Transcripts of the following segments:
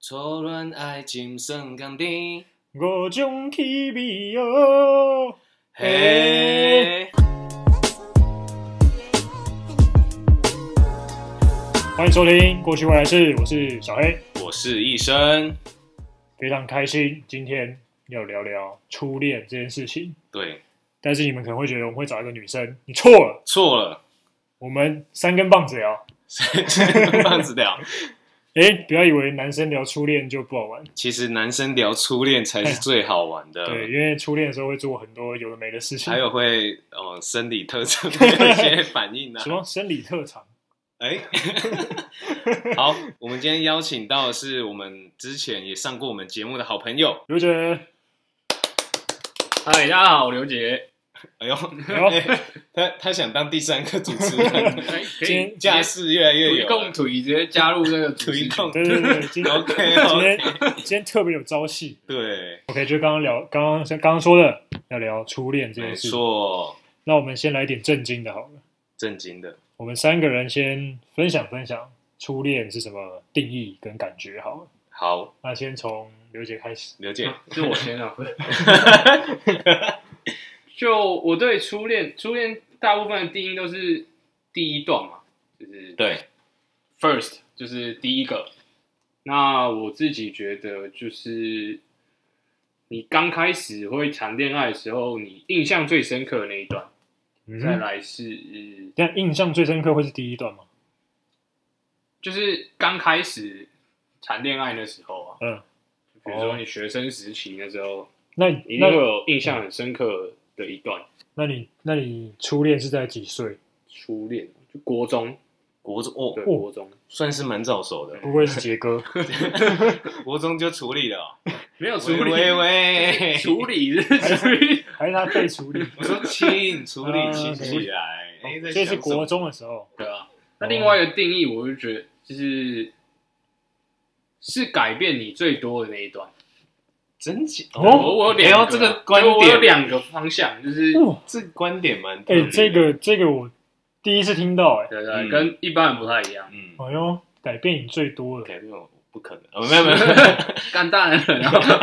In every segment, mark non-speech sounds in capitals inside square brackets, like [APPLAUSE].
错乱爱情算工甜，五种气味哦。嘿。欢迎收听《过去未来事》，我是小黑，我是医生，非常开心今天要聊聊初恋这件事情。对，但是你们可能会觉得我们会找一个女生，你错了，错了，我们三根棒子聊。棒子聊。 [LAUGHS] 诶，不要以为男生聊初恋就不好玩，其实男生聊初恋才是最好玩的，对，因为初恋的时候会做很多有的没的事情还，有会呃生理特征会有一些反应 [LAUGHS] 啊 [LAUGHS] 什。么生理特长，哎， [LAUGHS] 好，我们今天邀请到的是我们之前也上过我们节目的好朋友，刘姐，嗨，哎大家好，我刘杰。哎呦，呦哎他他想当第三个主持 [LAUGHS] 人，哎可今以天架势越来越推有共了。腿直接加入这个主推持 [LAUGHS] 动 [LAUGHS] 对对对，对今 OK 今 OK，天 [LAUGHS] 今天特别有朝气。对， OK，就刚刚聊，刚刚刚刚说的要聊初恋这没件事，错，那我们先来点正经的好了。震惊的，我们三个人先分享分享初恋是什么定义跟感觉好了。好，那先从刘姐开始。刘姐，是我先啊。 [LAUGHS] 就我对初恋，初恋大部分的定义都是第一段嘛，就是对， first，就是第一个。那我自己觉得，就是你刚开始会谈恋爱的时候，你印象最深刻的那一段，再嗯，来是但印象最深刻会是第一段吗？就是刚开始谈恋爱的时候啊，嗯，比如说你学生时期那时候，那一定会那有印象很深刻的一段那你那你初恋是在几岁？初恋，就国中，国中哦，对，哦国中算是蛮早熟的，不会是杰哥？国中就处理了哦，没有处喂喂理， [LAUGHS] 喂，处理是处理，还是他被处理？ [LAUGHS] 我说亲，处啊理亲对哦起来，哎，在所以是想什么国中的时候。对啊。那另外一个定义，我就觉得就是是改变你最多的那一段。真假哦我我有哎两呦个，啊这个观点哦我有两个方向，就是哇，这观点蛮特哦哎、别的这个这个我第一次听到、哎，对嗯对，跟一般人不太一样，嗯，哎呦，改变你最多了。改变我不可能，哦没有没有，干大人 [LAUGHS] 啊，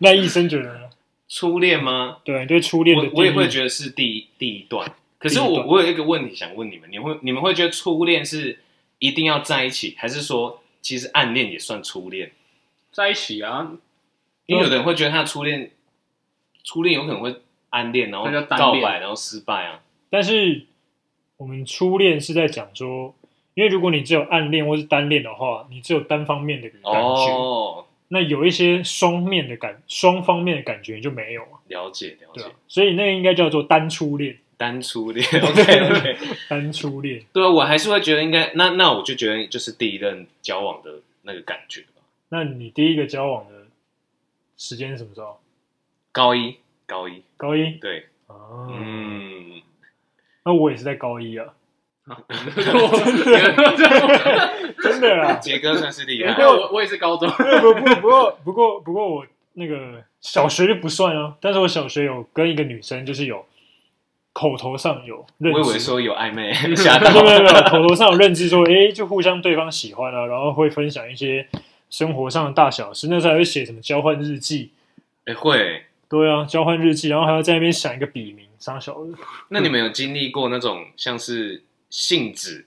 那医生觉得呢？初恋吗？对，你对初恋的我我也定义会觉得是第一第一段，可是第一我段我有一个问题想问你们，你会你们会觉得初恋是一定要在一起，还是说其实暗恋也算初恋？在一 [LAUGHS] 起啊，因为有的人会觉得他的初恋，初恋有可能会暗恋，然后那叫单告恋白，然后失败啊。但是我们初恋是在讲说，因为如果你只有暗恋或是单恋的话，你只有单方面的感觉，哦，那有一些双面的感，双方面的感觉就没有了，了解了对解啊，，所以那个应该叫做单初恋，单初 [LAUGHS] 恋，OK OK。单初恋。对啊，我还是会觉得应该，那那我就觉得就是第一任交往的那个感觉吧。那你第一个交往的时间是什么时候？高一，高一，高一对，啊，嗯，那我也是在高一啊，哦真的啊。杰哥算是厉害因为，我我也是高中，不不不过不过不过我那个小学就不算啊，但是我小学有跟一个女生就是有口头上有认我以为知，说有暧 [LAUGHS] 昧，吓没有没到。有没有口头上有认知说，哎、就互相对方喜欢啊，然后会分享一些生活上的大小事，那时候还会写什么交换日记，哎，会。对啊，交换日记，然后还要在那边想一个笔名，傻小的那你们嗯有经历过那种像是性子？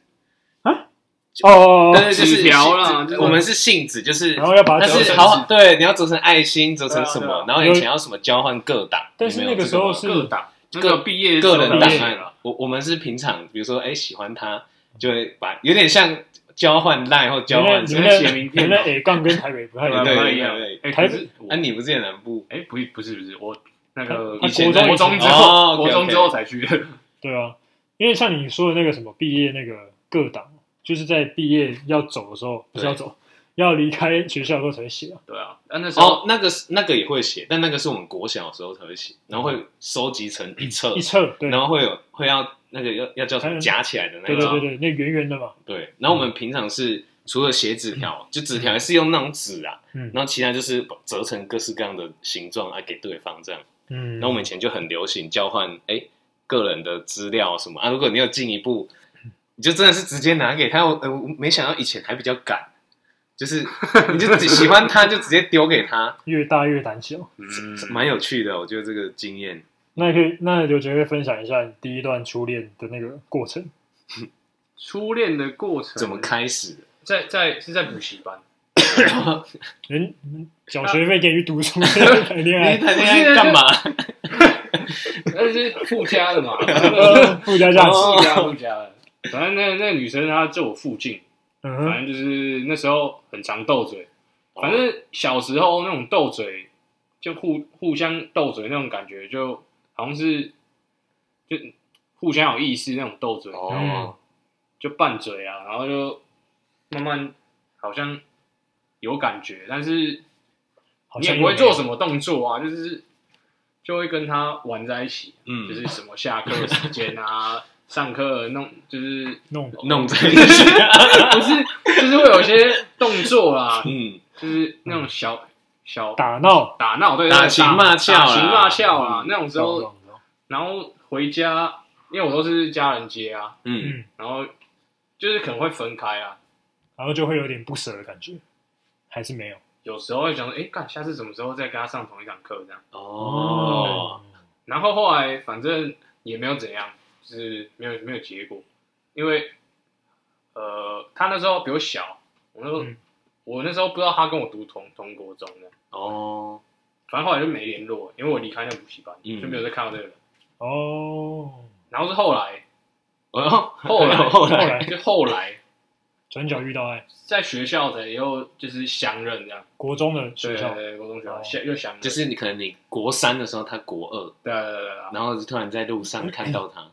哦，但是就是纸条啦就是我们是性子，就是然后要把它但折是成好，对，你要折成爱心，折成什对啊么，对然后以前要什么交换个档，但是你们有那个时候这啊是各党那个毕业个吗个人档毕业案了。我我们是平常，比如说，哎，喜欢他，就会把有点像交换赖或你交们换你什们么。那直接写名你片们那 A 杠跟台北不太一对啊样，不对太对一样对。哎，台可北是我啊，你不是也南部？哎，不是不是不是，我那个他以前国中国中之哦后， ，OK，OK 国中之后才去，对啊，因为像你说的那个什么毕业那个各档，就是在毕业要走的时候，不是要走，要离开学校的时候才写啊。对啊，那那时候哦，那个是那个也会写，但那个是我们国小的时候才会写，然后会收集成一 [LAUGHS] 册一，册，对，呃然后会有会要那个要要叫什还么有夹起来的那对对对种。对，那嗯圆圆的嘛，对，然后我们平常是除了写纸条，就纸条也是用那种纸啊，嗯然后其他就是折成各式各样的形状啊给对方这样。嗯，那我们以前就很流行交换，哎，个人的资料什么啊。如果你有进一步，你就真的是直接拿给他。我、呃、我没想到以前还比较敢，就是你就只喜欢他，就直接丢给他，越大越胆小。嗯，蛮有趣的。我觉得这个经验，那也可以，那刘杰会分享一下你第一段初恋的那个过程。初恋的过程怎么？开始的？[LAUGHS] 在在是在补习 [LAUGHS] 班，人缴嗯学费给你去 [LAUGHS] 读书，谈恋你爱，谈恋爱 [LAUGHS] 干嘛？那是附加 [LAUGHS] 的嘛，呃附加价值。哦附加附加的。反正那那女生她在我附近，嗯反哼，正就是那时候很常斗嘴，哦反正小时候那种斗嘴，就互互相斗嘴那种感觉，就好像是就互相有意识那种斗嘴，你知嗯道吗？哦，就拌嘴啊，然后就慢慢好像有感觉，但是好你也像不会做什么。么动作啊，就是就会跟他玩在一起，嗯，就是什么下课时间 [LAUGHS] 啊，上课弄就是弄弄在一起。不是就是会有一些动作 [LAUGHS] 啦，嗯，就是那种小小打闹，打闹，对，打对情骂俏啦打情骂俏啦，那种时懂候，懂懂然后回家，因为我都是家人接啊，嗯，然后就是可能会分开啊，然后就会有点不舍的感觉，还是没有有时候会想说，哎，干，下次什么时候再跟他上同一堂课这样，哦，，然后后来反正也没有怎样，就是没有没有结果，因为呃，他那时候比我小，我那时候、嗯我那时候不知道他跟我读同同国中的，哦，反正后来就没联络，因为我离开那补习班，嗯就没有再看到这个人，哦，然后是后 [LAUGHS] 来。哦，后来后后来，来就后来转角遇到爱，在学校的又就是相认这样，国中的学校对，对对国中学哦校相又相认，就是你可能你国三的时候，他国二，对对对对对，然后突然在路上看到他，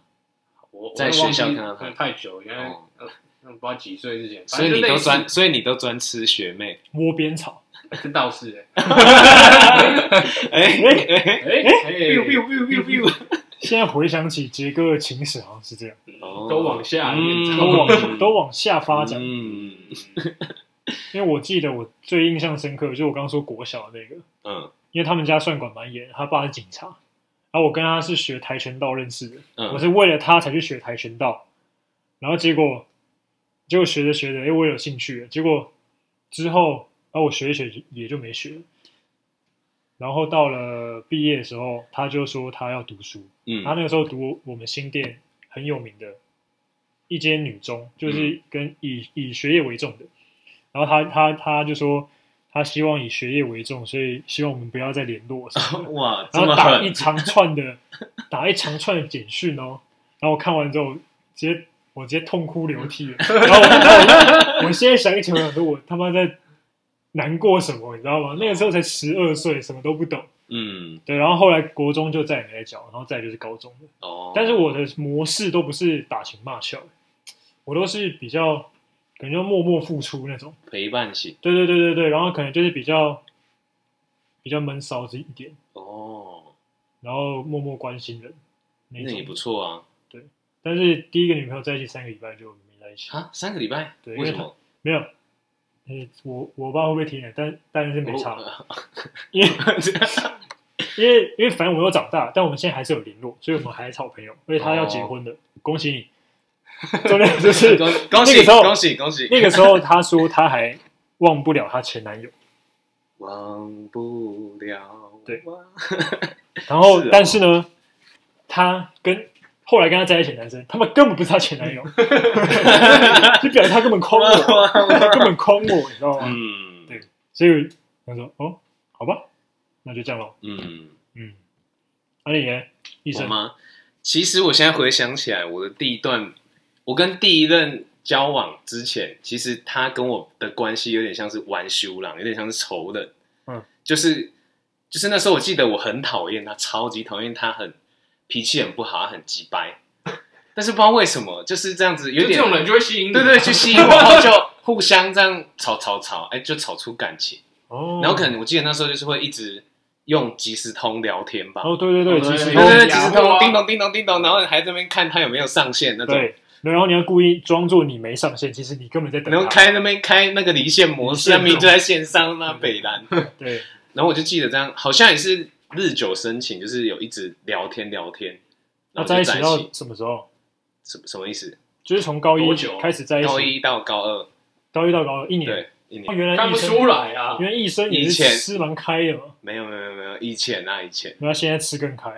我在我都忘记学校看到他太久，因为嗯哦呃不知道几岁之前，所以你反都正就类似专，所以你都专吃学妹。窝边草，这倒是欸哎 [LAUGHS] 哎，哎哎现在回想起杰哥的情史，好像是这样，都往下嗯都延长，往都往下发展。嗯因为我记得我最印象深刻，就是我刚刚说国小的那个，嗯因为他们家算管蛮严，他爸是警察，然后我跟他是学跆拳道认识的，我嗯，是为了他才去学跆拳道，然后结果结果学着学着，哎、我有兴趣了，结果之后，然后我学一学也就没学了，然后到了毕业的时候，他就说他要读书，他嗯，那个时候读我们新店很有名的一间女中，嗯就是跟以、以学业为重的。然后他他他就说，他希望以学业为重，所以希望我们不要再联络什么的。哇，这然后么打一狠，长串的 [LAUGHS] 打一长串的简讯哦。然后我看完之后，直接我直接痛哭流涕 [LAUGHS] 了。然后我然后我我现在想一想，我想说我他妈在难过什么，你知道吗？那个时候才十二岁，什么都不懂。嗯，对，然后后来国中就再也没来教，然后再就是高中了。哦，但是我的模式都不是打情骂俏，我都是比较可能就默默付出那种。陪伴型，对对对对对，然后可能就是比较比较闷骚子一点，哦，然后默默关心人那那也不种。错啊，但是第一个女朋友在一起三个礼拜就没在一起，啊，三个礼拜，为什么？没有。呃我我爸会不会听呢？啊但但是没差，哦因为差，因为因为反正我又长大，但我们现在还是有联络，所以嗯我们还是好朋友。而且他要结婚了，恭喜你！重点就是 [LAUGHS] 哦 [LAUGHS] 恭喜恭喜恭喜， [LAUGHS] 那个时候她说她还忘不了她前男友，忘不了，对然后、是哦但是呢，她跟后来跟她在一起的男生，他们根本不是她 [LAUGHS] 前男友，就表示她根本诓我， [LAUGHS] 她根本诓我，你知道吗？嗯，对所以他说哦，好吧，那就这样咯。嗯，嗯，阿丽呢？医我生吗？其实我现在回想起来，我的第一段，我跟第一任交往之前，其实他跟我的关系有点像是玩修郎，有点像是仇人。嗯，就是就是那时候我记得我很讨厌他，超级讨厌他很，脾气很不好，他很急 [LAUGHS] 掰。但是不知道为什么就是这样子，有就这点种人就会吸引你，对对，去吸引我，啊然后就互相这样吵吵吵，哎，就吵出感情。哦，然后可能我记得那时候就是会一直用即时通聊天吧，哦，对对对，哦对其实对都对对，对即时然后通啊叮咚叮咚叮咚，然后还在那边看他有没有上线那种，对，然后你要故意装作你没上线，其实你根本在等然后他。开那边开那个离线模式，离线他明明就在线上那北兰，对，然后我就记得这样，好像也是日久生情，就是有一直聊天聊天，那然后就哦在一在起一到起，什么时候？什什么意思？就是从高一多久啊开始在一起，高一到高二，高一到高二一年对，一哦年原来看医不生出来啊。原来医生也以前是吃蛮开的嘛，没有没有没有，以前啊以前， [LAUGHS] 那现在吃更开，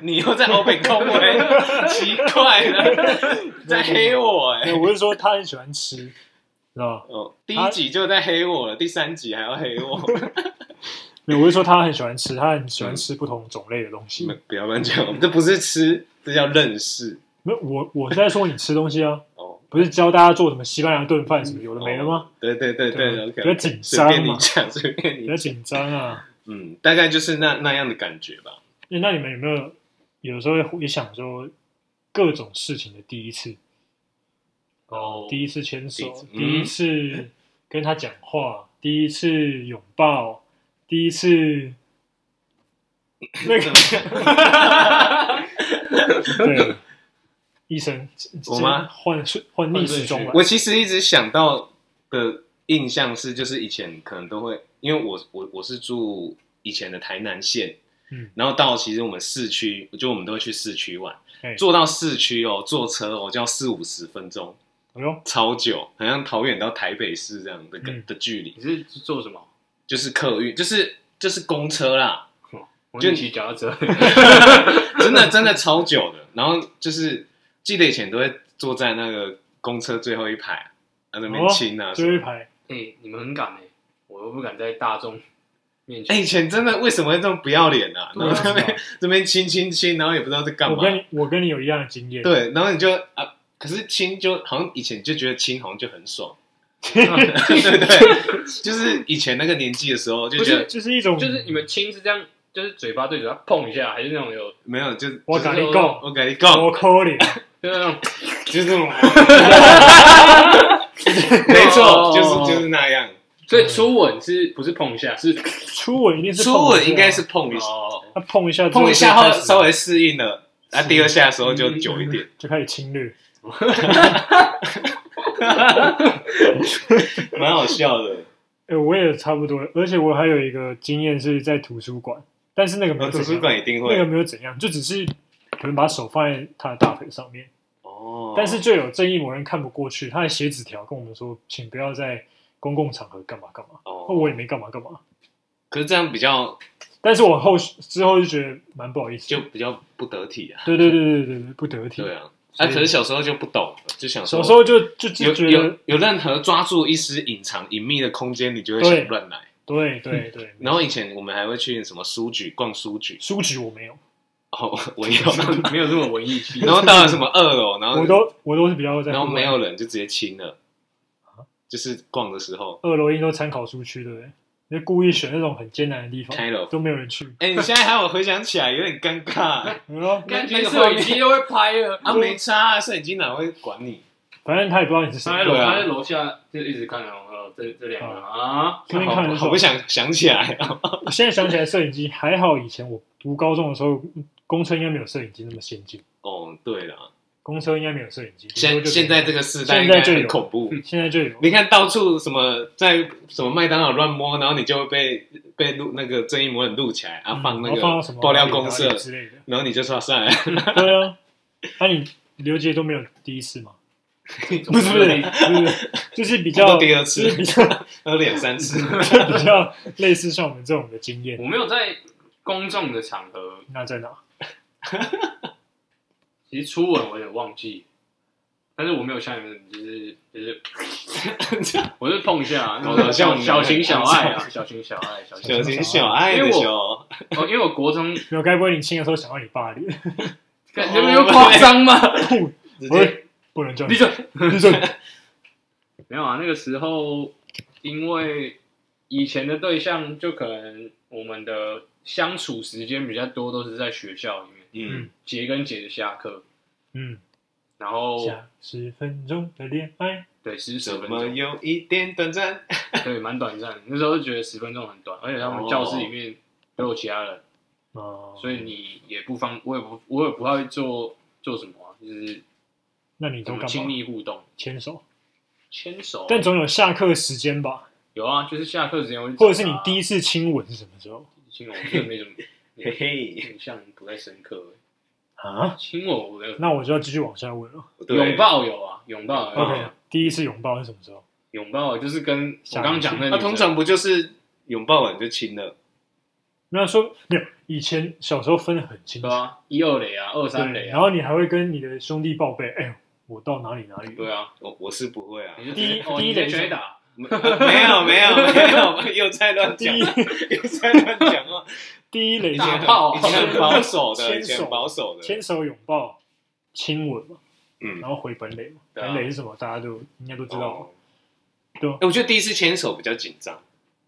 你又在欧北恭维， [LAUGHS] 奇怪了，在黑我哎、没有我是说他很喜欢吃，知道吗？哦，第一集就在黑我了，第三集还要黑 [LAUGHS] 我，没有，我是说他很喜欢吃，他很喜欢吃不同种类的东西你。们不要乱讲，我们这不是吃，这叫认识没有，我我是在说你吃东西啊， [LAUGHS] 哦。不是教大家做什么西班牙炖饭什么有的没的吗？对对对对对啊 o k 比较紧随便张你嘛，讲，随便你比讲较，紧张啊。嗯，大概就是那那样的感觉吧。那那你们有没有有时候会回想说各种事情的第一次？哦第一次牵手，第第一一次跟他讲话，第一次拥抱，第一次那怎个么对医生，我吗换顺换逆时钟了换顺我其实一直想到的印象是，就是以前可能都会，因为我我我是住以前的台南县，嗯然后到其实我们市区，就我们都会去市区玩哎，坐到市区哦，坐车哦，就要四五十分钟，哎呦，超久，好像桃园到台北市这样的、嗯的距离，你是做什么？就是客运，就是就是公车啦，我就就骑脚踏车，真的真的超久的。然后就是记得以前都会坐在那个公车最后一排，啊那边哦亲啊什最么后的。一排， [LAUGHS] 哎、你们很敢哎、我又不敢在大众面哎、前。以前真的为什么会这么不要脸啊？然后对啊这边这边亲亲亲，然后也不知道在干嘛我。跟你我跟你有一样的经验，对，然后你就啊，可是亲就好像以前就觉得亲好像就很爽， [LAUGHS] 对不对？ [LAUGHS] 就是以前那个年纪的时候就不觉是得就是一种 [LAUGHS] 就是你们亲是这样，就是嘴巴对嘴巴碰一下，还是那种有，没有，就我就是跟你讲，我跟你讲我，扣脸，就是那种就是这种， [LAUGHS] 没错，就是就是那样。所以初吻是不是碰一下？是初吻一定是碰一下初吻应该是碰一下，哦，他碰一下之碰一下就后开始稍微适应了，啊，第二下的时候就久一点。 [LAUGHS] 就开始侵略，蛮好笑的。哎，我也差不多，而且我还有一个经验是在图书馆，但是那个没然后有怎哦图书样，馆一定那个会没有怎样，就只是可能把手放在他的大腿上面。哦但是就有正义某人看不过去，他还写纸条跟我们说，请不要在公共场合干嘛干嘛。那哦，我也没干嘛干嘛，可是这样比较但是我后之后就觉得蛮不好意思。就比较不得体啊。对对对对对对，不得体。对啊，所啊，以可是小时候就不懂，就想小说时候就就就有觉有得，有任何抓住一丝隐藏隐秘的空间，你就会对想乱来。对对对。然后以前我们还会去什么书局逛书局，书局我没有，哦，我 [LAUGHS] 也有。 [LAUGHS] 没有这么文艺气。然后到了什么二楼，然后我都我都是比较在。啊然后没。有人就直接亲了，就是逛的时候。二楼一都参考书区，对不对？就故意选那种很艰难的地方，开楼都没有人去。哎，你现在喊我回想起来有点尴尬有咯感觉摄影机都会拍了。啊，没差啊，摄影机哪会管你？反正他也不知道你是谁他。在楼，对啊他在楼下就一直看着我，呃这这两个啊，顺便看 [LAUGHS] 好很好爽不想想起来啊。我现在想起来，摄影机还好，以前我读高中的时候，公车应该没有摄影机那么先进。哦，对了，公车应该没有摄影机。顶现多就现在这个时代现应该在就有很恐怖。现在就有，你看到处什么在什么麦当劳乱摸，然后你就会被被录那个正义魔人录起来啊，嗯放那然后放到个什么爆料公社哪里，之类的。然后你就说算了，对啊，那你刘杰都没有第一次吗？不不是，不是，就是比差较不多第二次就是比较 [LAUGHS] 喝两三次。比较类似像我们这种的经验我。没有在公众的场合，那在哪？其实初吻我有点忘记，但是我没有像你们就是就是，我是 [LAUGHS] 碰一下，搞得像我小们小情小爱啊，小情小爱，小情小情小爱的球，哦，因为我 [LAUGHS] 国中，没有，该不会你亲的时候想到你爸的脸？感觉没有夸张 [LAUGHS] 吗？直我接不能叫你你， [LAUGHS] 这你说没有啊，那个时候因为以前的对象就可能我们的相处时间比较多，都是在学校里面，嗯，节跟节的下课，嗯，然后下十分钟的恋爱，对十十怎分么钟，有一点短暂？ [LAUGHS] 对，蛮短暂的。那时候就觉得十分钟很短，而且他哦们教室里面都有其他人，哦，所以你也不方，我也不，我也不太做做什么啊、就是那你怎都么干亲嘛？密互动，牵手，牵手，啊但总有下课时间吧？有啊，就是下课时间我就找他，或者是你第一次亲吻是什么时候亲我，真的没 [LAUGHS] 什么嘿嘿，印象不太深刻、欸。啊？亲我，我的那我就要继续往下问了。对拥抱有啊，拥抱有嗯 OK，第一次拥抱是什么时候？拥抱就是跟我想刚刚讲那那女通生常不就是拥抱完就亲了？没有说没有，以前小时候分得很清楚对，啊，一二垒啊，二三对垒然啊，后你还会跟你的兄弟报备，哎、我到哪里哪里，对啊，我我是不会啊，你就第一哦第一你就垒是追打，没有没有没有，又在乱第讲，一又在乱讲话。第一以垒是前打炮以前很保守的，牵以手前很保守的，牵手拥抱、亲吻嘛，嗯然后回本垒嘛，对啊本垒是什么？大家都应该都知道哦嘛。对啊哎我觉得第一次牵手比较紧张，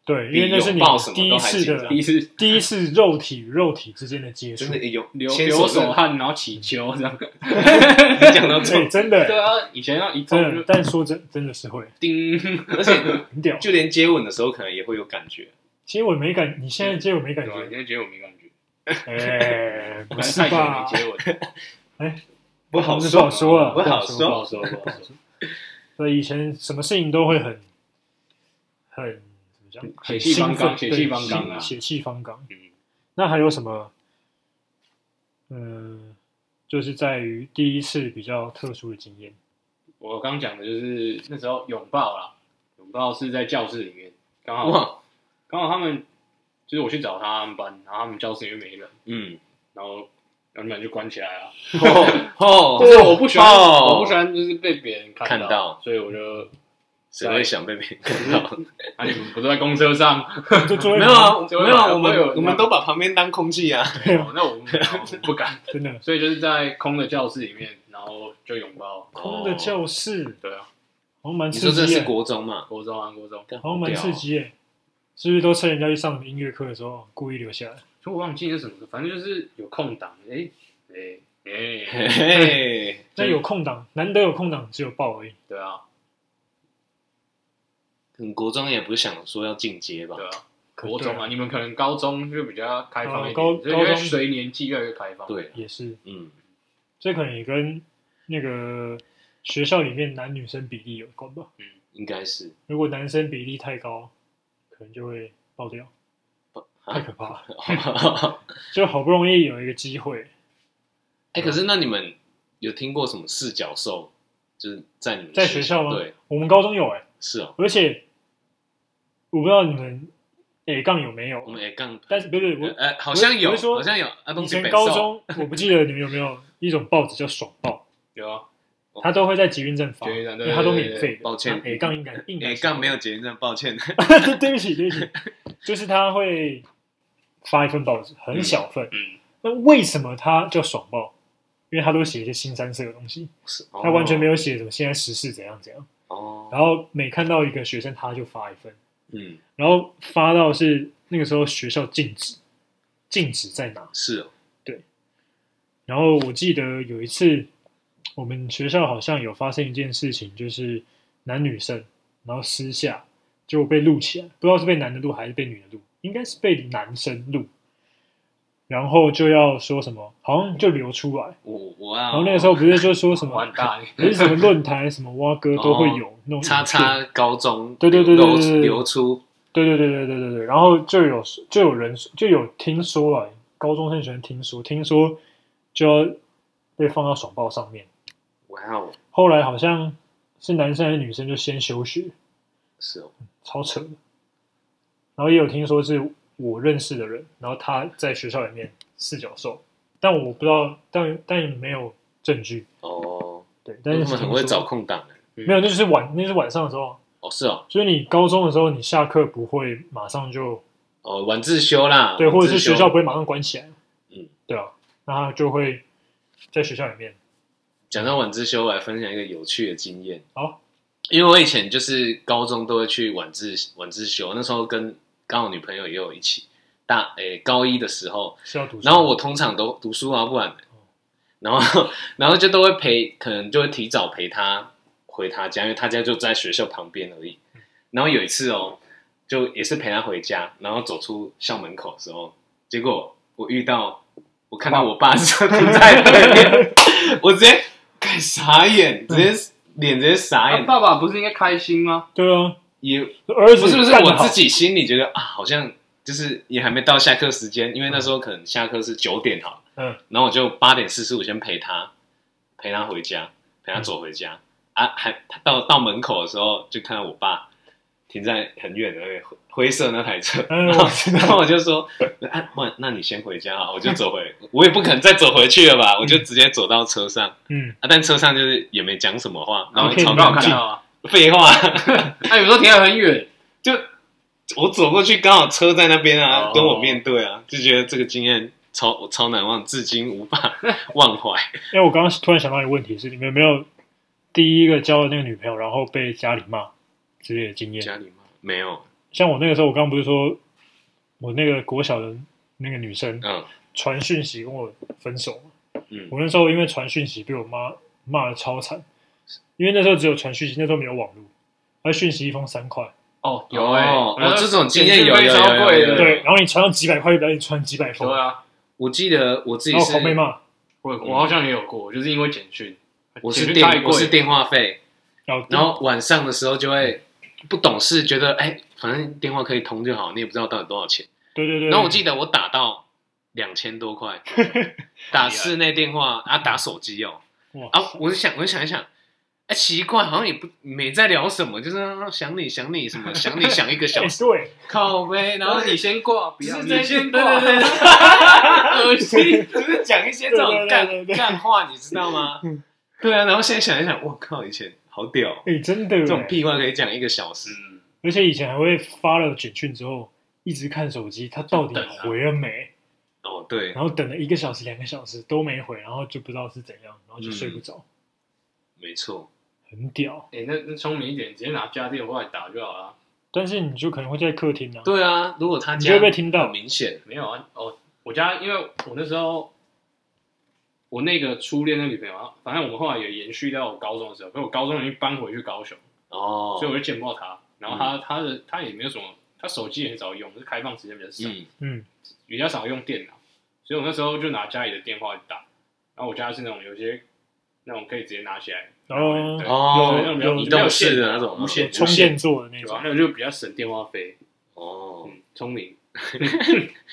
对，因为那比是你拥抱什么第都一还次紧的张第一次第一次肉体与肉体之间的接真触的，有流牵流手手汗，然后起球这样。你讲到对，重，真的对啊， [LAUGHS] 以前要一真碰的就，但说真真的是会叮，而且很屌。就连接吻的时候可能也会有感觉。接吻没感，你现在接吻没感对啊，你觉？现在接吻没感觉， [LAUGHS] 哎，我不感觉是太久没吧？接 [LAUGHS] 吻，不好不好说啊不好不说。好说，不好说，所以以前什么事情都会很很怎么讲？ [LAUGHS] 血很气兴方刚奋，血对气方刚啊血血气方刚。嗯，那还有什么？嗯，就是在于第一次比较特殊的经 [LAUGHS] 验。我刚讲的就是那时候拥抱啦，拥抱是在教室里面，刚好哇，刚好他们就是我去找他们班，然后他们教室里面没人，嗯，然后然后门就关起来了。哦哦可，是我不喜欢，哦我不喜欢就是被别人看看到所以我就谁会想被别人看到？啊，你们不是在公车 [LAUGHS] 上？就作为没有啊，就会没有啊，有我们会有我们都把旁边当空气啊。哦那我们我不敢，真的所以就是在空的教室里面，然后就拥抱。空的教室，对啊，好像蛮哦你刺说这激是耶，国中嘛？国中啊，国中，好像蛮刺激耶。是不是都趁人家去上音乐课的时候故意留下来？就我忘记是什么，反正就是有空档，哎哎嘿哎，嘿，那有空档，难得有空档，只有抱而已。 [LAUGHS] 对啊，嗯，国中也不是想说要进阶吧对？啊。国中啊，你们可能高中就比较开放一点，哦高所以因为高中随年纪越来越开放。，对，也是，嗯，这可能也跟那个学校里面男女生比例有关吧。应该是如果男生比例太高，可能就会爆掉，啊太可怕了。就好不容易有一个机会，哎、嗯可是那你们有听过什么四角兽？就是在你们在学校吗对，我们高中有哎、是哦。而且我不知道你们 A 杠有没有我，们也杠，但是不是呃我呃，好像有，我是说好像有啊，以东西前北高兽中我不记得你们有没有一种报纸叫《爽报有啊，》，它都会在捷运站发，捷运站啊因对为它都免费的。抱歉，A 杠应该应该也是哎杠没有捷运站，抱歉。 [LAUGHS] 对对不起，对不起，就是他会发一份报纸，很小份。嗯嗯那为什么他叫爽报？因为他都写一些新三色的东西，他完全没有写什么现在时事怎样怎样。哦，然后每看到一个学生，他就发一份，嗯，然后发到是那个时候学校禁止，禁止在哪？是哦，然后我记得有一次，我们学校好像有发生一件事情，就是男女生，然后私下就被录起来，不知道是被男的录还是被女的录，应该是被男生录，然后就要说什么，好像就流出来。我我啊，然后那个时候不是就说哦什玩么， [LAUGHS] 大，不是什么论坛什么蛙哥都会有那种叉影片叉高中，对对对对流对对流出，对对对对对对对，然后就有就有人就有听说啊，高中生喜欢听说，听说就要被放到爽报上面。哇哦，后来好像是男生还是女生就先休学，是哦，超扯的。然后也有听说是我认识的人，然后他在学校里面四角兽，但我不知道，但但没有证据。哦，对，但他是们很听会说找空档的，没有，那就是晚，那是晚上的时候。哦，是哦，所以你高中的时候，你下课不会马上就哦，晚自修啦，对，晚或者自是修学校不会马上关起来，嗯，对啊，那他就会在学校里面，讲到晚自修，我来分享一个有趣的经验。好，因为我以前就是高中都会去晚自晚自修，那时候跟刚好女朋友也有一起，大诶、高一的时候，是要读书。然后我通常都读书啊，不然，然后 [LAUGHS] 然后就都会陪，可能就会提早陪她回她家，因为她家就在学校旁边而已。然后有一次哦，就也是陪她回家，然后走出校门口的时候，结果我遇到我看到我爸就停在对面，我直接干傻眼，直接脸直接傻啊眼，爸爸不是应该开心吗？对啊，也儿子不是不是干得我好自己心里觉得啊，好像就是也还没到下课时间，因为那时候可能下课是九点好，嗯，嗯然后我就八点四十五先陪他，陪他回家，陪他走回家、啊，还他到到门口的时候，就看到我爸停在很远的那个灰灰色那台车，嗯然后我知道然后我就说，啊，那那你先回家啊，我就走 [LAUGHS] 回，我也不可能再走回去了吧，我就直接走到车上嗯，啊，但车上就是也没讲什么话，然后可以超你刚好尴看尬，到啊，废话，啊 [LAUGHS] 那啊有时候停得很远，就我走过去，刚好车在那边啊，哦跟我面对啊，就觉得这个经验超超难忘，至今无法忘 [LAUGHS] 怀。因为我刚刚突然想到一个问题是，你们有没有第一个交的那个女朋友，然后被家里骂之类的经验？家里吗？没有，像我那个时候，我刚刚不是说我那个国小的那个女生嗯传讯息跟我分手吗嗯，我那时候因为传讯息被我妈骂的超惨，因为那时候只有传讯息，那时候没有网络，而讯息一封三块，哦，有哎、哦我那时候这种经验简讯费有有超有贵的，有有有对，然后你传到几百块，就表示你传几百封，对啊，我记得我自己哦然后是狂被骂，我我好像也有过，就是因为简讯，嗯我简是讯电太我贵是电话费，然后然后晚上的时候就会不懂事，觉得哎、反正电话可以通就好，你也不知道到底多少钱。对对对，然后我记得我打到两千多 [LAUGHS] 块，打室内电话啊，打手机哦哇啊，我就想我就想一想，哎、奇怪，好像也不没在聊什么，就是啊想你想你什么想 [LAUGHS] 你想一个小哎时，对，靠呗，然后你。先挂，不是你在先对挂，对对， [LAUGHS] 恶心。就是讲一些这种干对对对嗯对对干话，你知道吗？对啊，然后现在想一想，我靠，以前好屌哦，哎真的耶，这种屁话可以讲一个小时。嗯，而且以前还会发了简讯之后，一直看手机，他到底就等啊回了没？哦，对，然后等了一个小时、两个小时都没回，然后就不知道是怎样，然后就睡嗯不着，没错，很屌。哎、那那聪明一点，直接拿家电话来打就好了。但是你就可能会在客厅啊，对啊，如果他你家就会被听到很。明显，没有啊，哦，我家因为我那时候我那个初恋的女朋友啊，反正我们后来也延续到我高中的时候，可是我高中已经搬回去高雄，哦，所以我就见不到她。然后她她的她也没有什么，她手机也很少用，就是开放时间比较少，嗯，嗯，比较少用电脑，所以我那时候就拿家里的电话打。然后我家是那种有些那种可以直接拿起来，然后对哦那种比较有移比动较式线的那种无线充电座的那对种啊吧？，那个就比较省电话费。哦，嗯，聪明。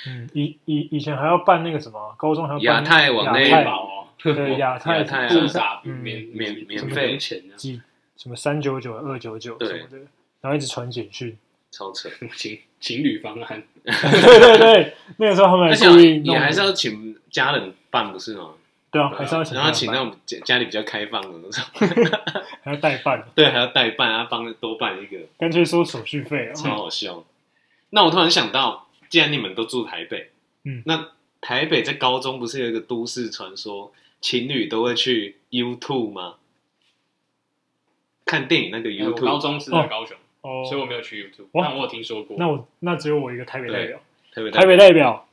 嗯，以以以前还要办那个什么，高中还要办亚太网内亚太太哦，对亚太亚太啊什不么打嗯免免免什么费零钱呢？啊几什么三九九、二九九对什么的，然后一直传简讯。 [LAUGHS] 超扯，情情侣方案，对对对，那个时候他们而还且故意弄你还是要请家人办不是吗？对啊，对啊还是要请然后请那他们种家家里比较开放的那种， [LAUGHS] 办还要代办，对，还要代办啊，帮多办一个，干脆收手续费超啊。好笑。那我突然想到，既然你们都住台北，嗯那台北在高中不是有一个都市传说，情侣都会去 YouTube 吗？看电影那哎个哎我高 YouTube，中是在高雄，哦，所以我没有去 YouTube，哇但我有听说过。那我那只有我一个台北代表，台北台北代表，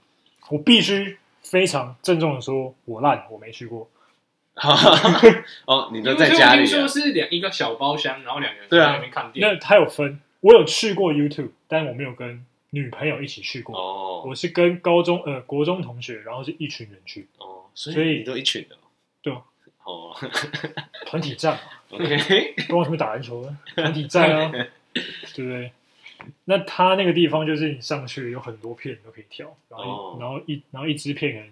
我必须非常郑重的说，我烂，我没去过。 [LAUGHS] 哦，你因为都在家我里听说啊？是两一个小包厢，然后两个人对啊在那边看电那影。它有分，我有去过 YouTube，但我没有跟女朋友一起去过。哦我是跟高中呃国中同学，然后是一群人去哦，所所以以你都一群的哦，对啊哦 [LAUGHS] 团体战嘛， ，OK，跟我什么打篮球呢？团体战 [LAUGHS] 啊，对不对？那他那个地方就是你上去有很多片都可以跳，然后一、哦然后一然后一支片可能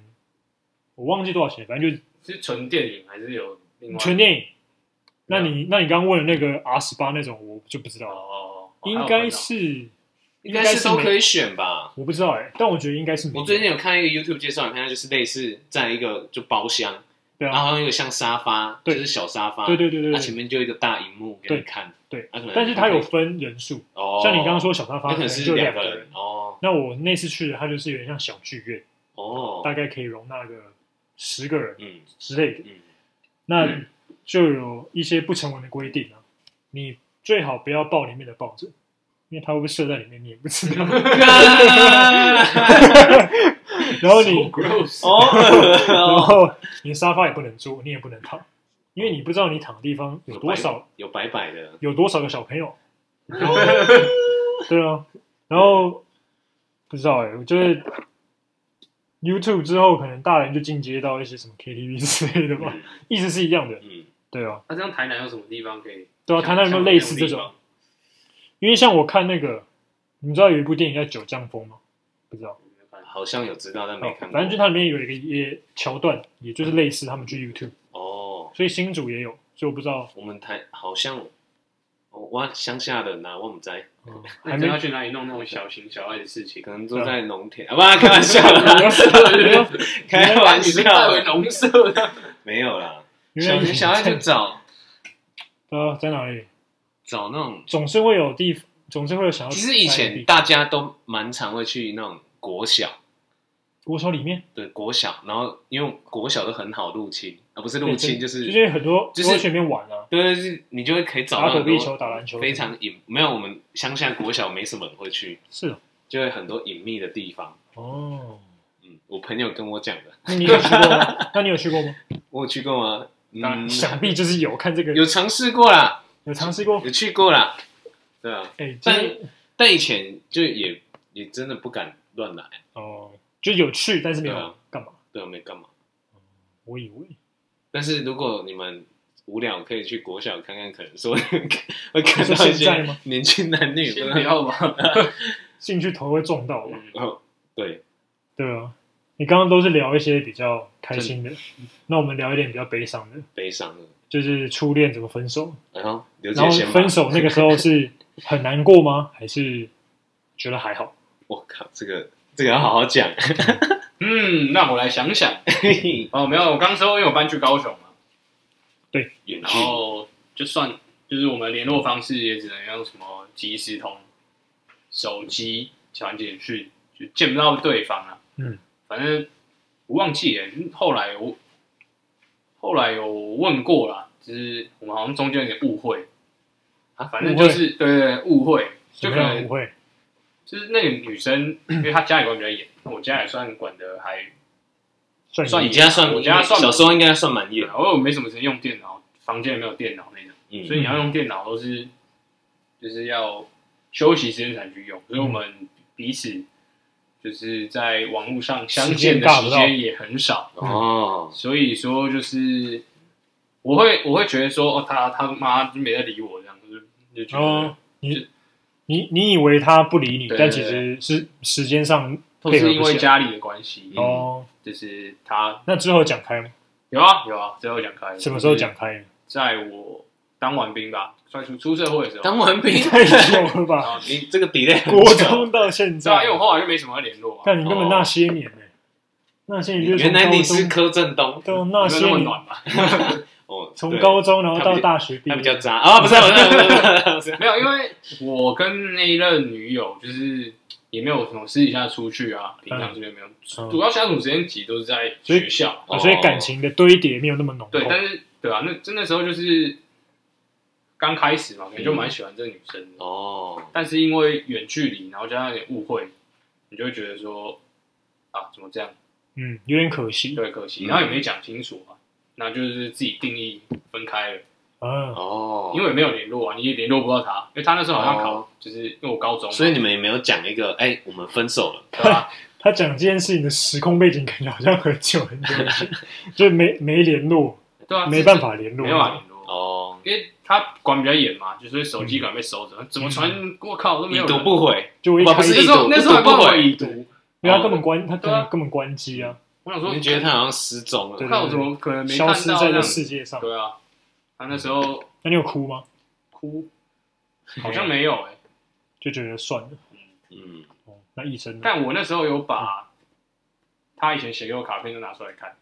我忘记多少钱，反正就是是纯电影还是有另外全电影。那啊你那你刚刚问的那个 R 十八那种，我就不知哦道了，哦，哦应该是啊应该该是是都都可可以选吧？我不知道哎、但我觉得应该是没有我最近有看一个 YouTube 介绍影片，它就是类似在一个就包厢，对然后啊，好像有个像沙发，对就是小沙发，对对对对它对啊前面就有一个大荧幕给你对看，对啊可能，但是它有分人数，哦，像你刚刚，说小沙发那可能就是两两个个人人，，哦那我那次去的它就是有点像小剧院，大哦，概可以容纳个十个人嗯之类的，嗯， [LAUGHS] 那就有一些不成文的规定啊，你最好不要抱里面的抱枕，因为它会不会射在里面你也不知 [LAUGHS] 道，然后你 [LAUGHS] gross 哦，然后你沙发也不能坐，你也不能躺，因为你不知道你躺的地方有多少有白白的，有多少个小朋友。哦对啊，然后不知道哎、我觉得 YouTube 之后可能大人就进阶到一些什么 KTV [LAUGHS] 之类的吧，意思是一样的。嗯，对啊， [LAUGHS] 那这样台南有什么地方可以？对啊，像台南有没有类似这？像种？因为像我看那个，你知道有一部电影叫《九降风》吗？不知道，那种地方好像有知道但没看过，哦反正就它里面有一个也桥段，也就是类似他们去 YouTube，哦，所以新竹也有，就我不知道我们台好像哦我乡下的哪我们在，那嗯还你没要去哪里弄那种小情小爱的事情？可能都嗯在农田啊，不，开玩笑 [LAUGHS] 啦， [LAUGHS] 开啊玩 [LAUGHS] 你被笑带回啦，农舍的，没有啦，原来小你学小孩就 [LAUGHS] 在找呃在哪里，找那种，总是会有地，总是会有想要待其的地。实以前大家都蛮常会去那种国小。国小里面对国小，然后因为国小都很好入侵，啊而不是入侵，对就是就是很多就是都会去里面玩啊，对，就是你就会可以找打到躲很避球、多打篮球，非常隐，没有我们乡下国小没什么人会去，是哦就会很多隐秘的地方。 [LAUGHS] 哦。嗯，我朋友跟我讲的，那你有去过吗？那你有去过吗？我有去过吗？嗯当然，想必就是有看这个，有尝试过啦，有尝试过。有去过啦，对啊，哎，但真的但以前就也也真的不敢乱来，哦，就有去，但是没对有啊干嘛。对啊，没干嘛。我以为但是如果你们无聊，可以去国小看看，可能说会看是到一现在些吗？年轻男女，先不不知道要吧。嗯进去头会撞到吧？哦，对，对啊，你刚刚都是聊一些比较开心的，那我们聊一点比较悲伤的，悲伤的。就是初恋怎么分手，然后刘然姐后先吧分，手那个时候是很难过吗？ [LAUGHS] 还是觉得还好？我靠，这个这个要好好 [LAUGHS] 讲。嗯，那我来想想。哦，没有，我刚说因为我搬去高雄嘛，远然距后就算就是我们联络方式也只能用什么即时通、手机传简讯，就见不到对方啊。嗯，反正我忘记了，后来我后来有问过啦，就是我们好像中间有点误会啊反正就是对对对误会，就怎可么样能不会就是那个女生，因为她家里管比较严，那我家也算管的还算算你家算，我家算小时候应该算蛮对远啊，，我又没什么时间用电脑，房间也没有电脑那种，嗯，所以你要用电脑都是就是要休息时间才去用，所以我们彼此就是在网络上相见的时间也很少，嗯哦，所以说就是我会我会觉得说哦，他他妈就没在理我这样，就是就觉得哦，你你你以为他不理你，对嗯但其实是时间上都配合不是因为起来家里的关系，嗯哦。就是他那之后讲开吗？有啊有啊，最后讲开什么时候讲？ [LAUGHS] 开？在我当完兵吧，算出出社会的时候，当完兵， [LAUGHS] 太久了吧？ [LAUGHS] 然后你这个 delay 很国久中到现 [LAUGHS] 对啊，在因为，我后来就没什么联络啊。但你根本那些年呢？那些年就是哦原从来你是高中柯震东到那没有些那么年，暖 [LAUGHS] 吧？哦，从对高中然后到大学毕他业比，较渣啊，不是不是不是不是不啊是，没有，因为我跟那一任女友就是也没有什么私底下出去啊，平常这边没有，嗯主要相处时间挤都是在所以学校。啊所以感情的堆叠没有那么浓厚。对，但是对啊，那真的时候就是刚开始嗯嘛，可能就蛮喜欢这个女生 [LAUGHS] 的，哦，但是因为远距离，然后加上有点误会，你就会觉得说啊，怎么这样？嗯，有点可惜。对，可嗯惜，然后也没讲清楚嘛，那就是自己定义分开了。啊，哦，因为没有联络啊，你也联络不到他，因为他那时候好像考，哦就是因为我高中嘛，所以你们也没有讲一个，哎，我们分手了，对吧？他讲这件事情的时空背景感觉好像很久很久以 [LAUGHS] 前，就没没联络，对啊，没办，法联络，没办法联络，哦，因为他管比较严嘛，就是手嗯机管被收着，怎么传？我靠，都没已有人。读不回，就我一不开不那是始时候已读那时候还不帮我回已读对，因为他哦根本关，他根对啊本根本关机啊，我想你说，们觉得他好像失踪对了，看我怎么可能没看消到失在这这样？世界上。对啊，他那时候那你有哭吗？哭，好像没有哎，就觉得算了，嗯，哦那一生呢但我那时候有嗯把他以前写给我卡片都拿出来看，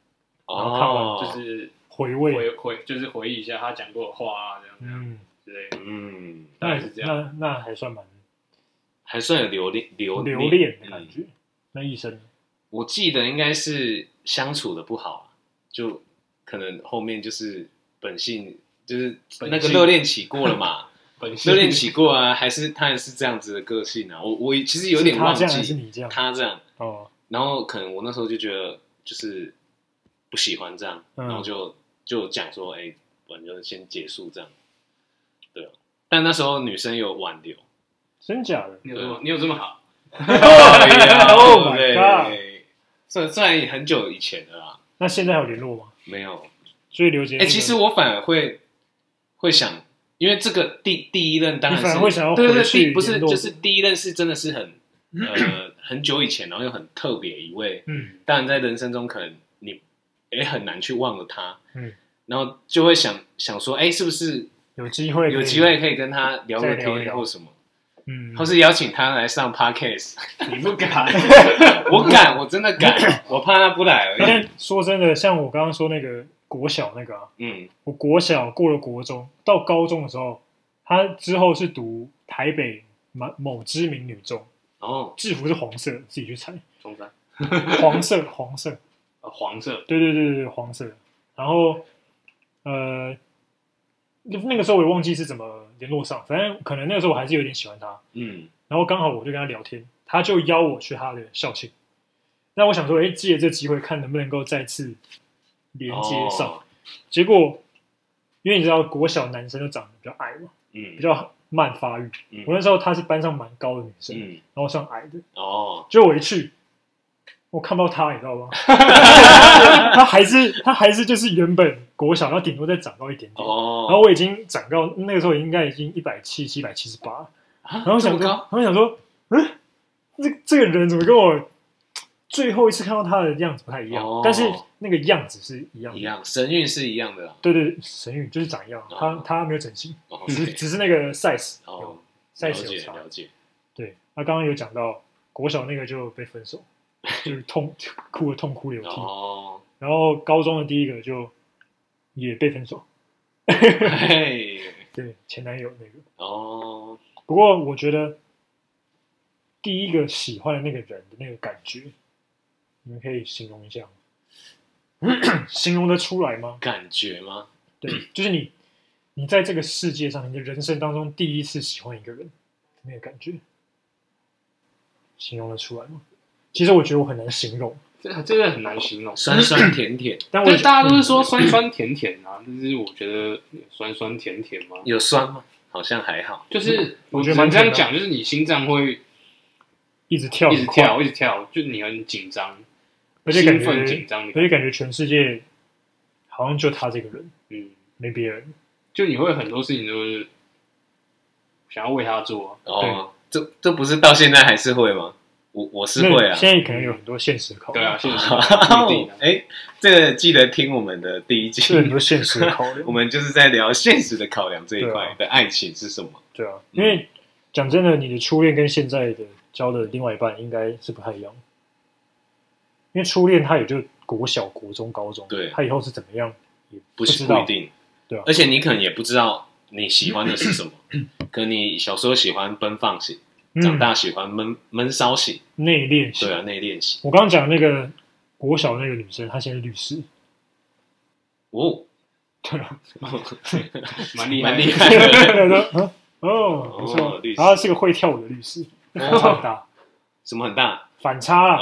后看完哦，啊就是回味，回回就是回忆一下他讲过的话啊，这样这样嗯，之类的。嗯，大那概是这样那那还算蛮还算有留恋留留恋的嗯感觉。那一生我记得应该是相处的不好、啊，就可能后面就是本性，就是那本个性热恋期过了嘛，本性热恋期过啊，还是他也是这样子的个性啊。我我其实有点是他忘这样还是记你这样？他这样，哦，然后可能我那时候就觉得就是不喜欢这样，嗯然后就就讲说，哎、我们就先结束这样，对啊。但那时候女生有挽 [LAUGHS] 留，真假的？你有这么你有这么好？ Oh my 对 god 虽虽然很久以前了啦，那现在还有联络吗？没有。所以刘杰哎、那个，其实我反而会会想，因为这个第第一任当然你是反而会想要对对回对，去第不是联络就是第一任是真的是很呃很久以前，然后又很特别一位，嗯当然在人生中可能你也很难去忘了他，嗯，然后就会想想说，哎，是不是有机会，有机，会可以跟他聊个再聊一天聊或什么，嗯，或是邀请他来上 podcast？ [LAUGHS] 你不敢，我敢，我真的 [LAUGHS] 敢，我怕他不来而已。但说真的，像我刚刚说那个国小那个、啊，嗯，我国小过了国中，到高中的时候，他之后是读台北某某知名女中，哦，制服是红色，自己去猜，中山黄色，黄色，呃黄色，对对对对对，黄色。然后，呃，那那个时候我也忘记是怎么联络上，反正可能那个时候我还是有点喜欢他。嗯，然后刚好我就跟他聊天，他就邀我去他的校庆。那我想说，哎，借这机会看能不能够再次连接上。哦结果，因为你知道国小男生都长得比较矮嘛，嗯，比较慢发育。嗯我那时候她是班上蛮高的女生，嗯，然后算矮的。哦，结果我一去，我看不到她，你知道 [LAUGHS] 吗？她还是她还是就是原本国小，然后顶多再长高一点点。哦，然后我已经长到那个时候应该已经一百七、七百七十八，然然后想啊么说，高然后想说，嗯，这这个人怎么跟我最后一次看到他的样子不太一样？哦但是那个样子是一样一的。样，神韵是一样的啦。对对，神韵就是长一样，哦他他没有整形，哦只 [LAUGHS] 是，OK 只是那个 size 哦有，了 size 有解差。了解。对，他刚刚有讲到国小那个就被分手，就是痛 [LAUGHS] 哭的痛哭流涕，哦，然后高中的第一个就也被分手，嘿，对，前男友那个。哦，不过我觉得第一个喜欢的那个人的那个感觉，你们可以形容一下吗 [COUGHS] 形容得出来吗？感觉吗？ [CLEARS THROAT] 对，就是你，你在这个世界上，你的人生当中第一次喜欢一个人，那个感觉，形容得出来吗？其实我觉得我很难形容，这真的很难形容。酸酸甜甜，但我但大家都是嗯说酸酸甜甜啊，但是我觉得酸酸甜甜嘛，有酸吗？好像还好。就是我我只觉得能蛮这甜的样讲，就是你心脏会一直跳，一直，跳，一直跳，就你很紧张，而且感兴奋紧觉，张，你而且感觉全世界好像就他这个人，嗯，没别人。就你会很多事情都是想要为他做啊、哦，这这不是到现在还是会吗？我我是会那啊。现在可能有很多现实考对量，啊，现实哦不一定啊。哎，这个记得听我们的第一是很季，多现实考 [LAUGHS] 量 [LAUGHS] 我。们就是在聊现实的考量这一对啊块的爱情是什么。对啊，因为讲真的，你的初恋跟现在的交的另外一半应该是不太一样，因为初恋他也就国小、国中、高中，对他以后是怎么样也不知是道不一，定，对啊而且你可能也不知道你喜欢的是 [CLEARS THROAT] 什么，可能你小时候喜欢奔放型，嗯长大喜欢闷闷骚型，内敛型。对啊，内敛型。我刚刚讲那个国小那个女生，她现在是 [LAUGHS] 律师，哦， [LAUGHS] 对啊，蛮厉害的蛮厉哦害的。然后说嗯哦，不哦错律，师哦然后她是个会跳舞的律师，反差很大， [LAUGHS] 什么很大？反差 [LAUGHS] 啊，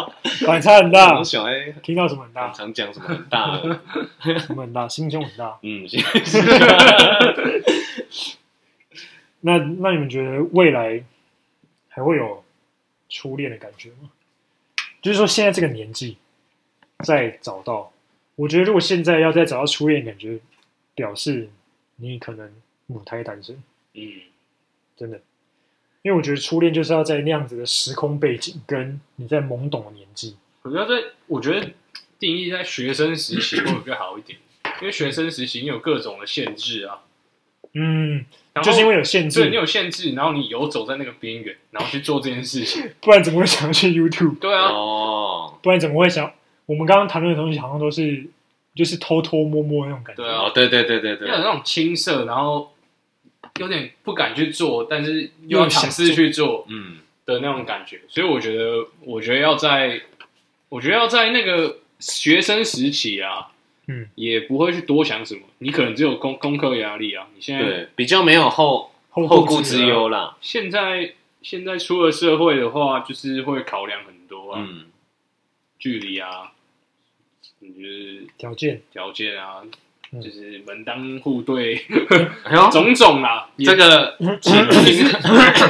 哦，反差很 [LAUGHS] 大我，小哎，听到什么很大很，常讲什么很大的？什么很大，心胸很大。嗯， [LAUGHS] 那那你们觉得未来还会有初恋的感觉吗？就是说现在这个年纪再找到，我觉得如果现在要再找到初恋的感觉，表示你可能母胎单身，嗯，真的。因为我觉得初恋就是要在那样子的时空背景，跟你在懵懂的年纪，我觉得在，我觉得定义在学生时期会比较好一点，因为学生时期你有各种的限制啊，嗯，然就后是因为有限对你制，有限制，然后你游走在那个边缘，然后去做这件事情。不然怎么会想要去 YouTube？对啊，哦，不然怎么会想？我们刚刚谈论的东西好像都是就是偷偷摸摸那种感觉，对啊哦，对对对对对要有，那种青涩，然后有点不敢去做，但是又要尝试又想做去做嗯，的那种感觉。所以我觉得，我觉得要在，我觉得要在那个学生时期啊，嗯，也不会去多想什么。你可能只有功功课压力啊，你现在对，比较没有后后后顾顾之忧。忧啦。现在现在出了社会的话，就是会考量很多啊，嗯，距离啊，你就是 [LAUGHS] 条件，条件啊，嗯就是门当户对，哎呦，种种啦。也这个嗯只是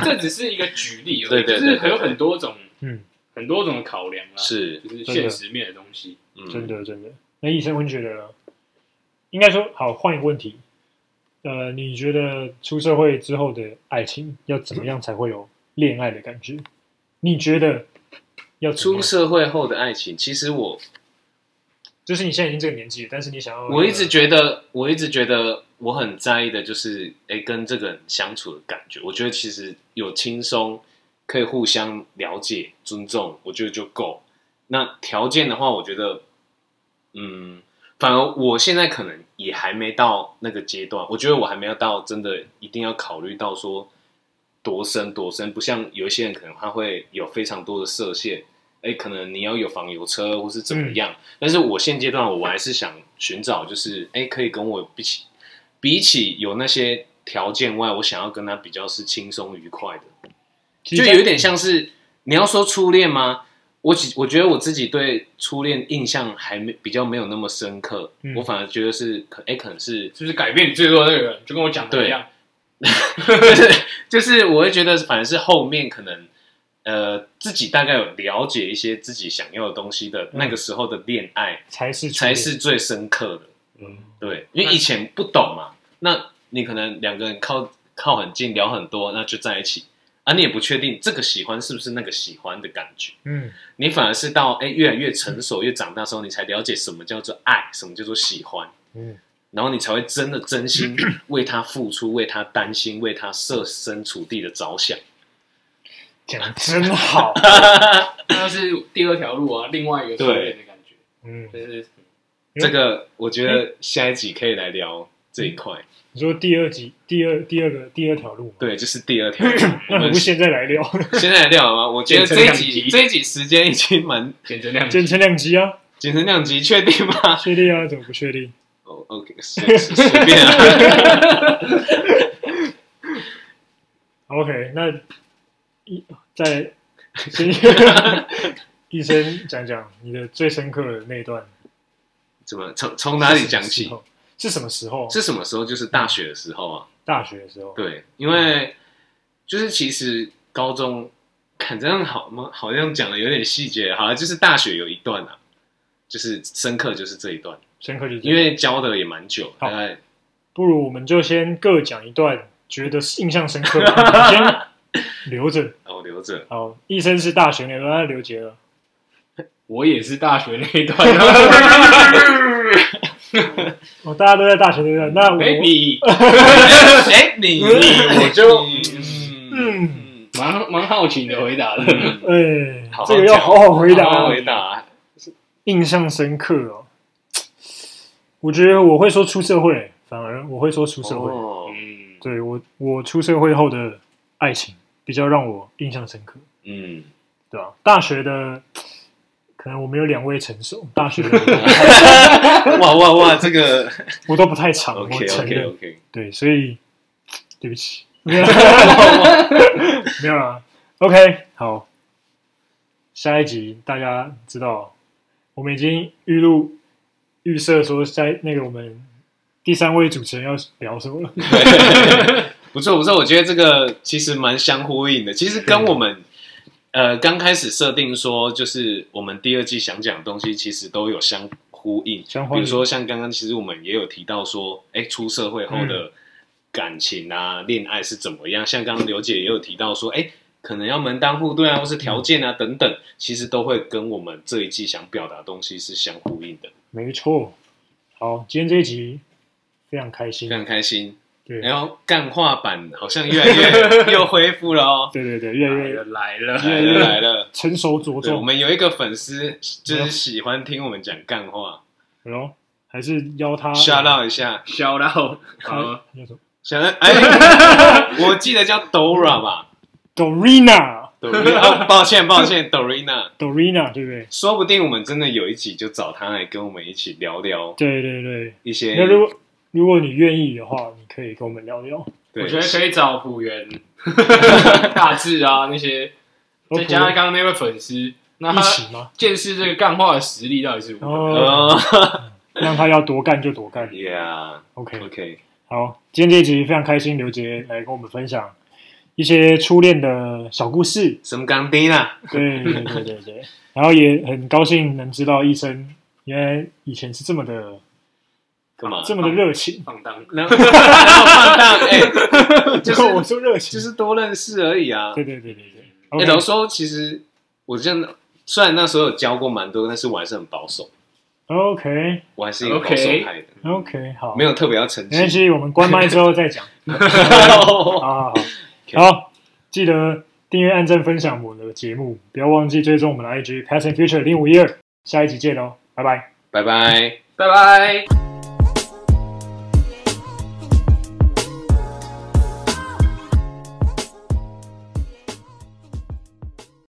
这只是一个举例而对已，对就对是对有很多种嗯，很多种考量啦，是，就是现实面的东西。嗯真，的真的。那医生会觉得呢？应该说，好，换一个问题，呃，你觉得出社会之后的爱情要怎么样才会有恋爱的感觉？你觉得要怎出么样社会后的爱情，其实我就是你现在已经这个年纪了，但是你想要，我一直觉得，我一直觉得我很在意的就是，哎、跟这个人相处的感觉。我觉得其实有轻松，可以互相了解、尊重，我觉得就够。那条件的话，我觉得，嗯，反而我现在可能也还没到那个阶段。我觉得我还没有到真的一定要考虑到说多深多深，不像有一些人可能他会有非常多的设限。哎，可能你要有房有车，或是怎么样？但是我现阶段我还是想寻找，就是哎，可以跟我比起比起有那些条件外，我想要跟他比较是轻松愉快的，其就实在有点像是你要说初恋吗？我只我觉得我自己对初恋印象还没比较没有那么深刻，嗯我反而觉得是可哎，可能是 [LAUGHS] 就是改变你最多的那个人，就跟我讲的一样，就是就是我会觉得反而是后面可能呃自己大概有了解一些自己想要的东西的、那个时候的恋爱。才是初才恋是最深刻的。嗯，对，因为以前不懂嘛，那你可能两个人靠靠很近，聊很多，那就在一起啊，你也不确定这个喜欢是不是那个喜欢的感觉，嗯，你反而是到哎、越来越成熟、越长大的时候，你才了解什么叫做爱，什么叫做喜欢，嗯，然后你才会真的真 [CLEARS THROAT] 心为他付出、为他担心、为他设身处地的着想。讲得真 [LAUGHS] 好，那是第二条路啊，另外一个初恋的感觉，嗯，就是这个我觉得下一集可以来聊这一块，嗯你说第二集第二第二个第二条路嘛，对，就是第二 [COUGHS] 条，我那我们们现在来哦聊， [LAUGHS] 现在来聊吗？我觉得这一集 [LAUGHS] 简称量级这一集时间已经 [LAUGHS] 蛮简直量级简称两集啊，简称量级，确定吗？确定啊，怎么不确定？哦、o k 随 [LAUGHS] 随随便啊。 OK，那医在 [LAUGHS] 先医生讲讲你的最深刻的那一段，怎么从从哪里讲是什么起？时 [LAUGHS] 候？是什么时候？是什么时候？就是大学的时候啊。大学的时候。对，因为就是其实高中，看这样好吗？好像讲的有点细节，好了，就是大学有一段啊，就是深刻，就是这一段，深刻就是这因样为教的也蛮久，好大概不如我们就先各讲一段觉得印象深 [LAUGHS] 刻的，你先留着。哦留 [LAUGHS] 着。好，医生是大学那段，那刘杰了。我也是大学那一啊 [LAUGHS] [LAUGHS] 段哦，大家都在大学那段，那我，baby，哎、 [LAUGHS] 你你我就嗯嗯蛮蛮好奇你的回答的，嗯，哎，好好这个要讲好好回答好啊好，回答。印象深刻哦。我觉得我会说出社会，反而我会说出社会。哦嗯，对我，我出社会后的爱情比较让我印象深刻，嗯，对吧、大学的可能我们有两位成熟，大学的嗯哇哇哇，这个我都不 [LAUGHS] 太长，我 OK 承 OK 认。 OK，对，所以对不起， [LAUGHS] 没有啦没有啦。OK，好，下一集大家知道，我们已经预录预设说在那个我们第三位主持人要聊什么了。不错不错，我觉得这个其实蛮相呼应的，其实跟我嗯们。呃，刚开始设定说，就是我们第二季想讲的东西，其实都有相呼应。相呼比应如说，像刚刚其实我们也有提到说，哎，出社会后嗯的感情啊、恋爱是怎么样？像刚刚刘姐也有提到说，哎，可能要门当户对啊，或是条件啊嗯等等，其实都会跟我们这一季想表达的东西是相呼应的，没错，好，今天这一集非常开心非，常哎开心。对，然后干化版好像越来 [LAUGHS] 越又恢复了哦，对对对，越来嗯来越了来了，来了来了。成熟茁对，我壮。们有一个粉丝嗯就是喜欢听我们讲干话，哎呦，还是邀他吓到一下，笑到，他啊好，叫什么想到 [LAUGHS] 哎，我记得叫 Dora 吧 Dorina ，Dorina，哦抱歉抱歉，Dorina， Dorina 对不对？说不定我们真的有一集就找他来跟我们一起聊聊对对对，一些，那如果如果你愿意的话，你可以跟我们聊聊。我对觉得可以找浦原、大志啊那些，再加上刚刚那位粉丝，那一他起 [LAUGHS] 吗？见识这个干话的实力到底是如何？哦，哦让他要多干就多干。 ，Yeah，OK， OK，好，今天这一集非常开心，刘杰来跟我们分享一些初恋的小故事。什么钢钉啊？对对对对对，然后也很高兴能知道医生原来以前是这么的干嘛？这么的热 [LAUGHS] 情。放荡， [LAUGHS] 然后放荡，哎，就就是是我说热情，就是多认识而已啊。对对对对对。哎、 OK，老实说，其实我真的虽然那时候有教过蛮多，但是我还是很保守。 OK 我还是一个保送派的 OK，好，没有特别要澄没清关。系，我们关麦之后再讲。 [LAUGHS] 好好好，好，记得订阅、按赞、分享我们的节目，不要忘记追哦踪我们的 IG Past and Future 零五一二，下一集见喽，拜拜。拜拜。拜拜。